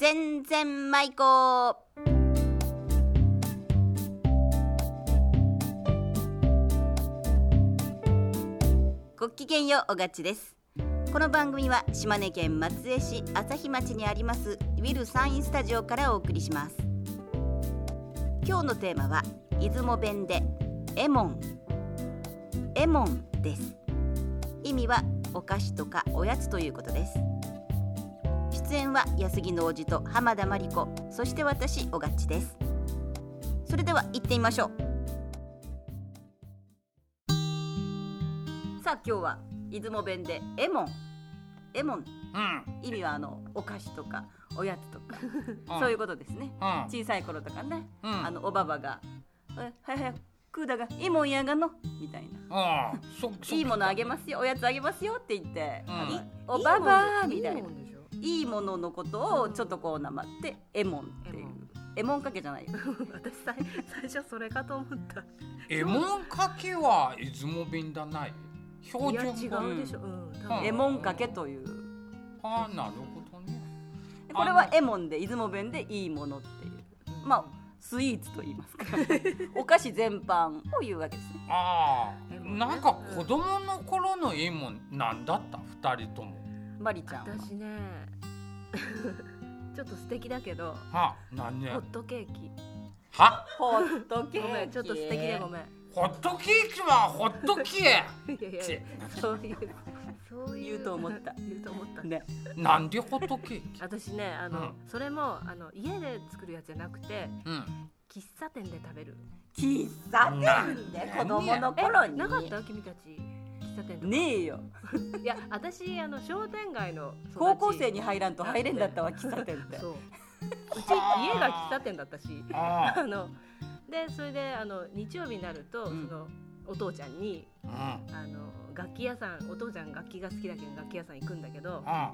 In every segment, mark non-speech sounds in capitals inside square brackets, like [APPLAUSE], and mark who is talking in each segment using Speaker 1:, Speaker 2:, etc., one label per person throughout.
Speaker 1: 全然舞子ごきげんようおがちですこの番組は島根県松江市朝日町にありますウィルサインスタジオからお送りします今日のテーマは出雲弁でエモンエモンです意味はお菓子とかおやつということです出演は安木のおじと浜田真理子そして私おがっちですそれでは行ってみましょうさあ今日は出雲弁でエモンエモン
Speaker 2: うん、
Speaker 1: 意味はあのお菓子とかおやつとか、
Speaker 2: ん
Speaker 1: そういうことですね
Speaker 2: うん、
Speaker 1: 小さい頃とかね、
Speaker 2: うん
Speaker 1: あのおばばが「えはいはいクーダがいいもんやがの」みたいな
Speaker 2: ああ、そ、
Speaker 1: 「
Speaker 2: そ
Speaker 1: いいものあげますよおやつあげますよ」って言って「
Speaker 2: うん
Speaker 1: あの
Speaker 2: い
Speaker 1: おばば」みたいな
Speaker 3: もんでしょ
Speaker 1: いいもののことをちょっとこうなまって「えもん」っていう「えもんかけ」じゃないよ
Speaker 3: [LAUGHS] 私さ最初それかと思った
Speaker 2: えもんかけは出雲弁だない。標
Speaker 3: いや違
Speaker 2: 準語。
Speaker 3: うでしょうん多
Speaker 1: 「
Speaker 2: う
Speaker 1: え
Speaker 3: 分
Speaker 1: もんかけ」という
Speaker 2: ああ、なるほどね。
Speaker 1: でこれは「えもん」で出雲弁で「いいもの」っていうまあスイーツと言います
Speaker 3: [LAUGHS]
Speaker 1: かお菓子全般を言うわけですね
Speaker 2: あ
Speaker 3: え
Speaker 2: あ、
Speaker 3: もんね
Speaker 2: なんか子供の頃のえもん、なんだった、二人とも。
Speaker 1: マリちゃんは
Speaker 3: 私ね [LAUGHS] ちょっと素敵だけど
Speaker 2: はあ、なんね
Speaker 3: ホ。ットケーキ
Speaker 2: は、
Speaker 1: ホットケーキ
Speaker 3: ごめんちょっと素敵でごめん
Speaker 2: ホットケーキはホットケ
Speaker 3: いやいや
Speaker 2: ー
Speaker 3: いや
Speaker 2: キ。
Speaker 3: そういうそういう
Speaker 1: 言うと思った
Speaker 3: [LAUGHS] 言うと思った
Speaker 1: ね
Speaker 2: なんでホットケーキ。
Speaker 3: 私ねあの、
Speaker 2: う
Speaker 3: それもあの家で作るやつじゃなくて
Speaker 2: うん、
Speaker 3: 喫茶店で食べる
Speaker 1: 喫茶店で子供の頃に
Speaker 3: なかった君たち喫茶店とか
Speaker 1: ねえよ
Speaker 3: いや私あの商店街の育ち
Speaker 1: 高校生に入らんと入れんだったわ喫茶店って
Speaker 3: [LAUGHS] そう
Speaker 2: うち、
Speaker 3: 家が喫茶店だったし [LAUGHS]
Speaker 2: あ
Speaker 3: あのでそれであの日曜日になると、
Speaker 1: うん
Speaker 3: そのお父ちゃんに
Speaker 2: あ、うん、
Speaker 3: あの楽器屋さんお父ちゃん楽器が好きだけど楽器屋さん行くんだけど
Speaker 2: あ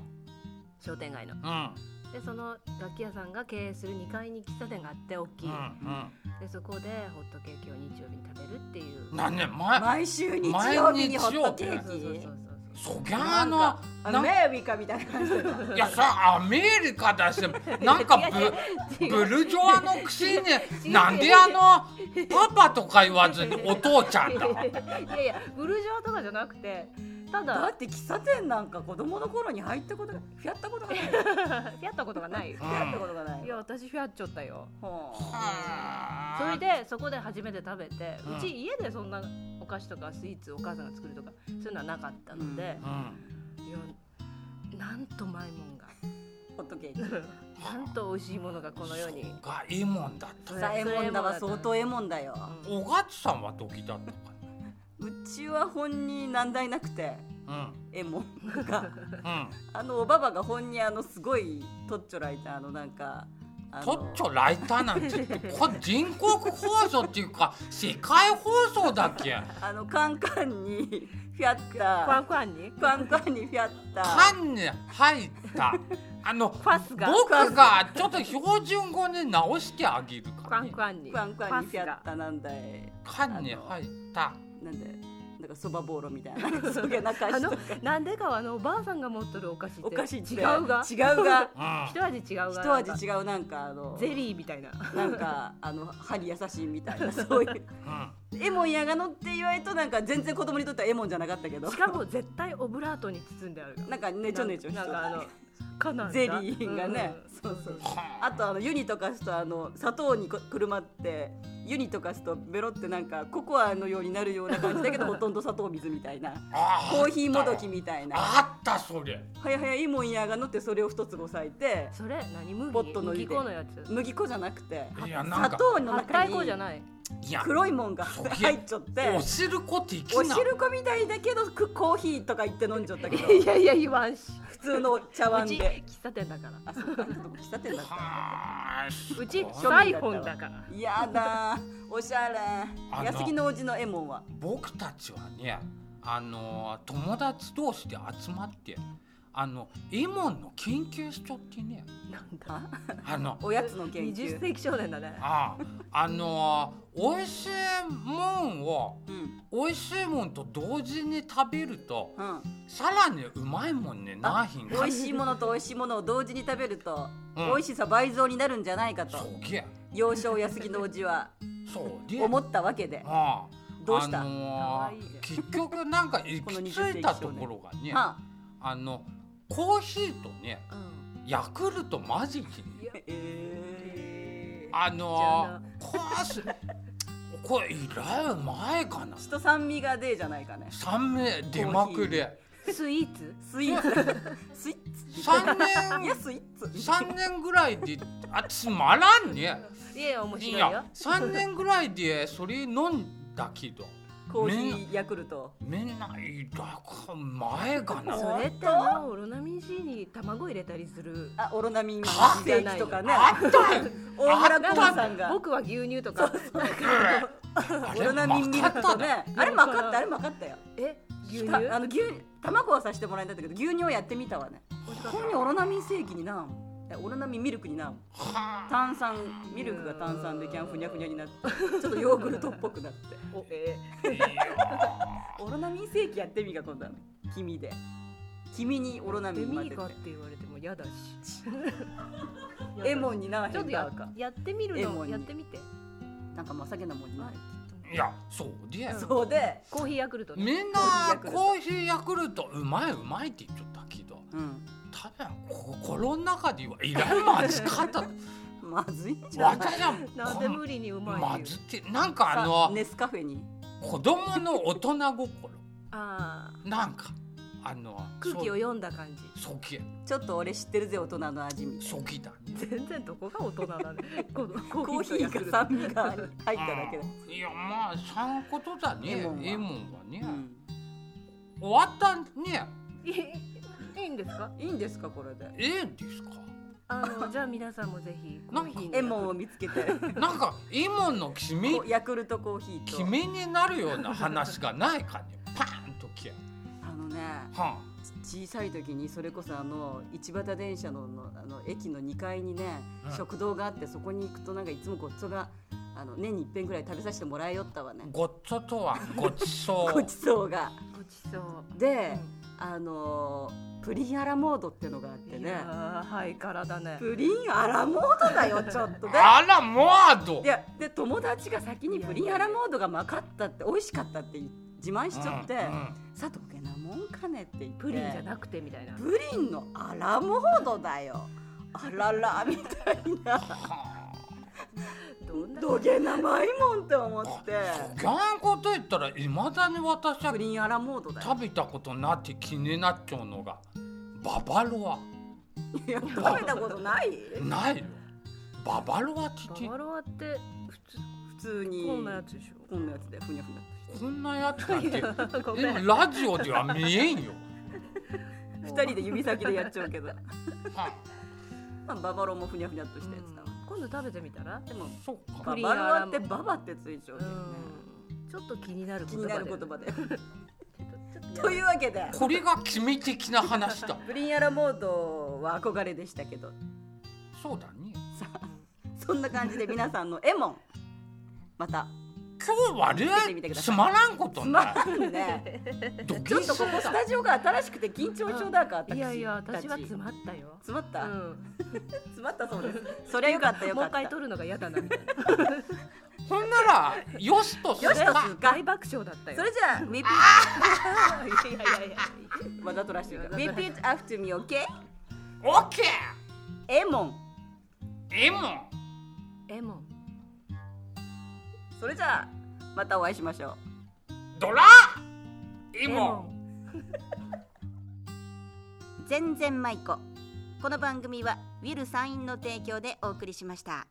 Speaker 3: 商店街の
Speaker 2: あ、
Speaker 3: でその楽器屋さんが経営する2階に喫茶店があって大き
Speaker 2: う
Speaker 3: い、
Speaker 2: ん、うん、
Speaker 3: でそこでホットケーキを日曜日に食べるっていう
Speaker 2: うん。なんね、前。
Speaker 1: 毎週日曜日にホ
Speaker 2: 毎日
Speaker 1: ット
Speaker 2: 曜
Speaker 1: ケ
Speaker 2: 日
Speaker 3: そうそうそう
Speaker 1: ー
Speaker 3: そ
Speaker 1: キ
Speaker 3: う
Speaker 2: そりゃ
Speaker 1: な
Speaker 2: あ
Speaker 1: ん
Speaker 2: の
Speaker 1: かあの
Speaker 2: な
Speaker 1: メアリーかみたいな感じで
Speaker 2: いやさアメリカだしなんかブブルジョワのくせになんであのパパとか言わずにお父ちゃんだ
Speaker 3: そういやいやブルジョワとかじゃなくてた
Speaker 1: だ
Speaker 3: だ
Speaker 1: って喫茶店なんか子供の頃に入ったことがやったことがないやっ
Speaker 3: [LAUGHS] やったことがないよ
Speaker 1: たことがない
Speaker 3: いや私フィアっちゃったよ
Speaker 1: ほう
Speaker 3: それ
Speaker 2: そ
Speaker 3: でそこで初めて食べて、
Speaker 2: う
Speaker 3: うんち家でそんなお菓子とかスイーツお母さんが作るとかそういうのはなかったので、いやなんとうまいもんが [LAUGHS]
Speaker 1: ホットケーキ
Speaker 3: なんと美味しいものがこの世に
Speaker 2: がいいもんだった
Speaker 3: そ
Speaker 1: さえもんだは
Speaker 3: それ
Speaker 1: 相当えもんだよ
Speaker 2: おがつさんは時だったか
Speaker 1: うちは本に難題なくて
Speaker 2: な
Speaker 1: えもんが
Speaker 2: うん
Speaker 1: あのおばばが本にあのすごいとっちょらいたあのなんかあ
Speaker 2: う
Speaker 1: の
Speaker 2: んトッチョライターなんて言ってこれ人国放送っていうか世界放送だっけ
Speaker 1: あのカンカンに [LAUGHS] フィアッ
Speaker 3: クワ
Speaker 1: タ
Speaker 3: ンクワンに
Speaker 1: カンカンにフィアッ
Speaker 2: カ
Speaker 1: タ
Speaker 2: ンに入ったあの
Speaker 3: ファスが
Speaker 2: 僕がちょっと標準語に直してあげる
Speaker 3: ク
Speaker 2: から、
Speaker 3: ワン
Speaker 2: ね
Speaker 3: ク。ワンに
Speaker 1: カンカンにフィア
Speaker 3: ファ
Speaker 1: ッタなんだい
Speaker 2: 缶に入った。
Speaker 1: なんでなんかそばボーロみたい
Speaker 3: [LAUGHS]
Speaker 1: なそげな菓
Speaker 3: あ
Speaker 1: 子と
Speaker 3: の
Speaker 1: か
Speaker 3: なんでかはあのおばあさんが持っとるお菓子って
Speaker 1: お菓子って
Speaker 3: [LAUGHS] 違うが
Speaker 1: 違うが
Speaker 2: う。
Speaker 3: 一味違うが
Speaker 1: 一味
Speaker 3: 違
Speaker 1: 違うなんかあの
Speaker 3: ゼリーみたい
Speaker 1: [LAUGHS]
Speaker 3: な
Speaker 1: なんかあの歯に優しいみたいな [LAUGHS] そういうん
Speaker 2: うん。
Speaker 1: エモンやがのって言われるとなんか全然子供にとってはエモンじゃなかったけど
Speaker 3: しかも絶対オブラートに包んであるが
Speaker 1: [LAUGHS] なんかねちょねちょし
Speaker 3: なん
Speaker 1: て
Speaker 3: かあのか [LAUGHS] な
Speaker 1: ゼリーがね
Speaker 3: うん
Speaker 1: そうそう
Speaker 2: は
Speaker 1: あとあの湯に溶かすとあの砂糖にこくるまって湯に溶かすとベロってなんかココアのようになるような感じ
Speaker 3: [LAUGHS]
Speaker 1: だけどほとんど砂糖水みたいな
Speaker 2: あ
Speaker 1: コーヒーもどき
Speaker 2: あっ
Speaker 1: みたい
Speaker 2: た
Speaker 1: な
Speaker 2: あったそれ。
Speaker 1: はやはやエモンやがのってそれを一つごさいて
Speaker 3: それ何麦
Speaker 1: ポットの入れ
Speaker 3: 麦粉のやつ
Speaker 1: 麦粉じゃなくて
Speaker 2: いやな
Speaker 1: 砂
Speaker 2: んか
Speaker 1: 糖の
Speaker 3: 八
Speaker 1: 中
Speaker 3: 対粉
Speaker 1: に
Speaker 3: じゃ [LAUGHS] ない
Speaker 2: いや
Speaker 1: 黒いもんが
Speaker 2: そげえ
Speaker 1: 入っちゃって
Speaker 2: おしるこ的
Speaker 1: お
Speaker 2: な。
Speaker 1: 汁粉みたいだけどくコーヒーとか言って飲んじゃったけど
Speaker 3: いやいや言わんし
Speaker 1: 普通の茶
Speaker 3: う
Speaker 1: 碗
Speaker 3: ち
Speaker 1: で
Speaker 3: 喫茶店だから
Speaker 1: あそうかちょっと喫茶店だった
Speaker 2: はあ。
Speaker 3: う
Speaker 2: う
Speaker 3: ち
Speaker 1: 庶民
Speaker 3: サイ
Speaker 1: だったわ
Speaker 3: フォンだから
Speaker 1: やだおしゃれ
Speaker 2: あの
Speaker 1: 安木のおじのエモンは
Speaker 2: 僕たちはねあの友達同士で集まってあのイモンの緊急しとっ
Speaker 1: [LAUGHS]
Speaker 2: てね
Speaker 3: なんだ
Speaker 2: あの
Speaker 4: おやつの研
Speaker 3: 二十
Speaker 4: 究。
Speaker 3: 世紀少年だね
Speaker 2: あああの美味しいもんを
Speaker 4: うん、
Speaker 2: 美味しいもんと同時に食べると
Speaker 4: うん、
Speaker 2: さらにうまいもんねなひん
Speaker 4: 美
Speaker 2: か
Speaker 4: 味しいものと美味しいものを同時に食べると、
Speaker 2: うん
Speaker 4: 美味しさ倍増になるんじゃないかと
Speaker 2: そうげえ
Speaker 4: 幼少やすぎのおじは
Speaker 2: そうげえ
Speaker 4: 思ったわけで、
Speaker 2: あ
Speaker 4: どうした
Speaker 2: あ
Speaker 3: 可
Speaker 2: の
Speaker 3: 愛いね
Speaker 2: 結局なんか行
Speaker 4: この
Speaker 2: き
Speaker 4: 20
Speaker 2: 着いたところがね
Speaker 4: は
Speaker 2: あのコーヒーとね
Speaker 4: あ、うん、
Speaker 2: ヤクルトマジキ
Speaker 3: いや
Speaker 4: え
Speaker 3: えー
Speaker 2: あのー、コースこれいらん前かな
Speaker 4: ー、ちと酸味が出じゃないかね
Speaker 2: 三名出まくれ
Speaker 3: スイーツ
Speaker 4: スイーツスイ
Speaker 2: 三
Speaker 4: ーツいや
Speaker 2: 年
Speaker 4: スイーツ
Speaker 2: 三年ぐらいであつまらんね
Speaker 3: いやいや面
Speaker 2: い
Speaker 3: 白いよ
Speaker 2: や三年ぐらいでそれ飲んだけど
Speaker 4: コーヒーヤクルト
Speaker 2: みんないらか前かな
Speaker 3: それってあのオロナミン C に卵入れたりする
Speaker 4: あオロナミンの
Speaker 2: あ
Speaker 4: ステーキとかね
Speaker 2: あったよ
Speaker 4: 大村
Speaker 2: あ
Speaker 4: コ
Speaker 2: っ
Speaker 4: ン
Speaker 2: た
Speaker 4: さんが
Speaker 3: 僕は牛乳とか
Speaker 2: あ
Speaker 4: オロ
Speaker 2: れ
Speaker 4: ナミンミル
Speaker 2: ま
Speaker 4: ク
Speaker 2: た
Speaker 4: と
Speaker 2: だ
Speaker 4: ねあれまかったあれまかったよ
Speaker 3: え牛乳
Speaker 4: たあの牛卵はさせてもらえたんだけど牛乳をやってみたわねここにオロナミン正規になんえオロナミンミルクになん
Speaker 2: はあ
Speaker 4: 炭酸ミルクが炭酸でキャンふにゃふにゃになってちょっとヨーグルトっぽくなって
Speaker 3: おえ
Speaker 2: いや
Speaker 4: [LAUGHS] オロナミン正規やってみが今度は黄身で黄身にオロナ
Speaker 3: ー
Speaker 4: ミ
Speaker 3: デ
Speaker 4: ン混
Speaker 3: ミー
Speaker 4: ぜ
Speaker 3: ガって
Speaker 4: て
Speaker 3: 言われても [LAUGHS] 嫌だし
Speaker 4: エモンにならへん
Speaker 3: ちょっとややってみる
Speaker 4: エモ
Speaker 3: の
Speaker 4: ンに
Speaker 3: やってみて
Speaker 4: なんかまあ酒飲もんにない
Speaker 2: いやそうで
Speaker 4: そうで
Speaker 3: コーヒーヤクルトね
Speaker 2: みんなコーヒーヤクルトうまいうまいって言っちゃったけど
Speaker 4: うん
Speaker 2: 多分心の中ではいらんまずかった
Speaker 4: まずいんじゃ
Speaker 2: わ
Speaker 4: ない
Speaker 2: たじゃん
Speaker 3: なんで無理にうまい
Speaker 2: ま
Speaker 3: って
Speaker 2: ず
Speaker 3: いう
Speaker 2: ってなんかあ
Speaker 4: さ
Speaker 2: の
Speaker 4: ネスカフェに
Speaker 2: 子供の大人心
Speaker 3: ああ
Speaker 2: なんかあの
Speaker 3: 空気を読んだ感じ
Speaker 2: そそき
Speaker 4: ちょっと俺知ってるぜ大人の味みたい
Speaker 2: そきだ
Speaker 3: 全然どこが大人だね [LAUGHS] この
Speaker 4: なコ
Speaker 3: コ
Speaker 4: ー
Speaker 3: ー
Speaker 4: ヒ
Speaker 3: ヒーとヤク
Speaker 4: ー
Speaker 3: ルト
Speaker 4: が酸味が入っただけだ
Speaker 2: うんいやまあそんことだね
Speaker 4: エモンは
Speaker 2: エモンはね、
Speaker 4: うん
Speaker 2: 終わったね
Speaker 3: [LAUGHS] いいいんですか
Speaker 4: いいんですかこれで
Speaker 2: ええんですか
Speaker 3: あ [LAUGHS] のじゃあ皆さんもぜひコーヒーの
Speaker 4: エモンを見つけて
Speaker 2: なんかエモンの決め
Speaker 4: こうヤクルトコーヒ
Speaker 2: 決
Speaker 4: ーと
Speaker 2: めになるような話がないかねパーンときゃ
Speaker 4: あのね
Speaker 2: はん
Speaker 4: 小さい時にそれこそあの市端電車ののあの駅の2階にね、
Speaker 2: うん
Speaker 4: 食堂があってそこに行くとなんかいつもごっつがあの年に一遍ぐらい食べさせてもらえよったわね
Speaker 2: ごっつとはごちそ
Speaker 4: [LAUGHS] ご
Speaker 2: う
Speaker 4: ち。そうが。
Speaker 3: ごちそう
Speaker 4: で、あのープリンアラモードってのがあって
Speaker 3: い
Speaker 4: ね
Speaker 3: やーハイカラだね
Speaker 4: プリンアラモード
Speaker 3: [LAUGHS]
Speaker 4: だよちょっとで
Speaker 2: あらモアド。
Speaker 4: でで友達が先にプリンアラモードがまかったって美味しかったって自慢しちゃって、
Speaker 2: うん
Speaker 4: さとけなもんかねって言って
Speaker 3: プリンじゃなくてみたいな
Speaker 4: プリンのアラモードだよあららみたいな
Speaker 2: は
Speaker 3: どんな
Speaker 4: どげなまいもんって思って
Speaker 2: あギャンこと言ったらいまだに私は
Speaker 4: プリンアラモードだよ
Speaker 2: 食べたことなって気になっちゃうのがババロ
Speaker 4: いや食べたことない
Speaker 2: アないよ。ババロアって言っ
Speaker 3: ババロアって普通
Speaker 4: 普通に
Speaker 3: こんなやつでしょ
Speaker 4: こんなやつでふにゃふにゃ
Speaker 2: てこんなやつなんて
Speaker 3: [LAUGHS] ごめん
Speaker 2: 今ラジオでは見えんよ。
Speaker 4: 二人で指先でやっちゃうけど、
Speaker 2: は
Speaker 4: まあ、ババロもふにゃふにゃっとしたやつだわ、
Speaker 3: 今度食べてみたら
Speaker 4: でも
Speaker 2: あそうか
Speaker 4: バ
Speaker 3: プリン
Speaker 4: バ
Speaker 3: ア
Speaker 4: ロ
Speaker 3: ラ
Speaker 4: アってババってついちゃう
Speaker 3: うん
Speaker 4: だよね、
Speaker 3: ちょっと気になる
Speaker 4: 気になる言
Speaker 3: だよね
Speaker 4: 葉で
Speaker 3: ちょっとやだ
Speaker 4: [LAUGHS] というわけで
Speaker 2: これが決め的な話だ。
Speaker 4: プリンアラモードは憧れでしたけど
Speaker 2: そうだね。
Speaker 4: さあそんな感じで皆さんのエモンまた
Speaker 2: 今日は
Speaker 4: てみてく
Speaker 2: ね
Speaker 4: ださい
Speaker 2: つまらんこと
Speaker 4: つま
Speaker 2: な
Speaker 4: ら
Speaker 3: [LAUGHS]
Speaker 4: んね
Speaker 2: い。ド
Speaker 4: ち
Speaker 2: キ
Speaker 4: ょ
Speaker 2: ッ
Speaker 4: っとここスタジオが新しくて緊張症だから私
Speaker 3: いやいや私は
Speaker 4: たち
Speaker 3: 詰まったよ
Speaker 4: 詰まった、
Speaker 3: うん
Speaker 4: 詰まったそう
Speaker 3: [LAUGHS]
Speaker 4: ですそりゃよかったよ
Speaker 3: もう
Speaker 4: か
Speaker 3: 一回
Speaker 4: った
Speaker 3: 取るのが嫌だなみたいな
Speaker 2: ほんなら、よしとす
Speaker 4: よしと
Speaker 2: か
Speaker 4: するか
Speaker 3: 大爆笑だったよ
Speaker 4: それじゃあ
Speaker 3: [LAUGHS]
Speaker 4: repeat
Speaker 3: いやいやいや
Speaker 4: [LAUGHS] わざとらしいから
Speaker 3: わざと
Speaker 4: repeat after me OK
Speaker 2: オッケ
Speaker 4: エモン
Speaker 2: ーえもん
Speaker 3: エモン
Speaker 4: それじゃあまたお会いしましょう
Speaker 2: ドラえもん
Speaker 4: 全然舞子この番組はウィル・サインの提供でお送りしました。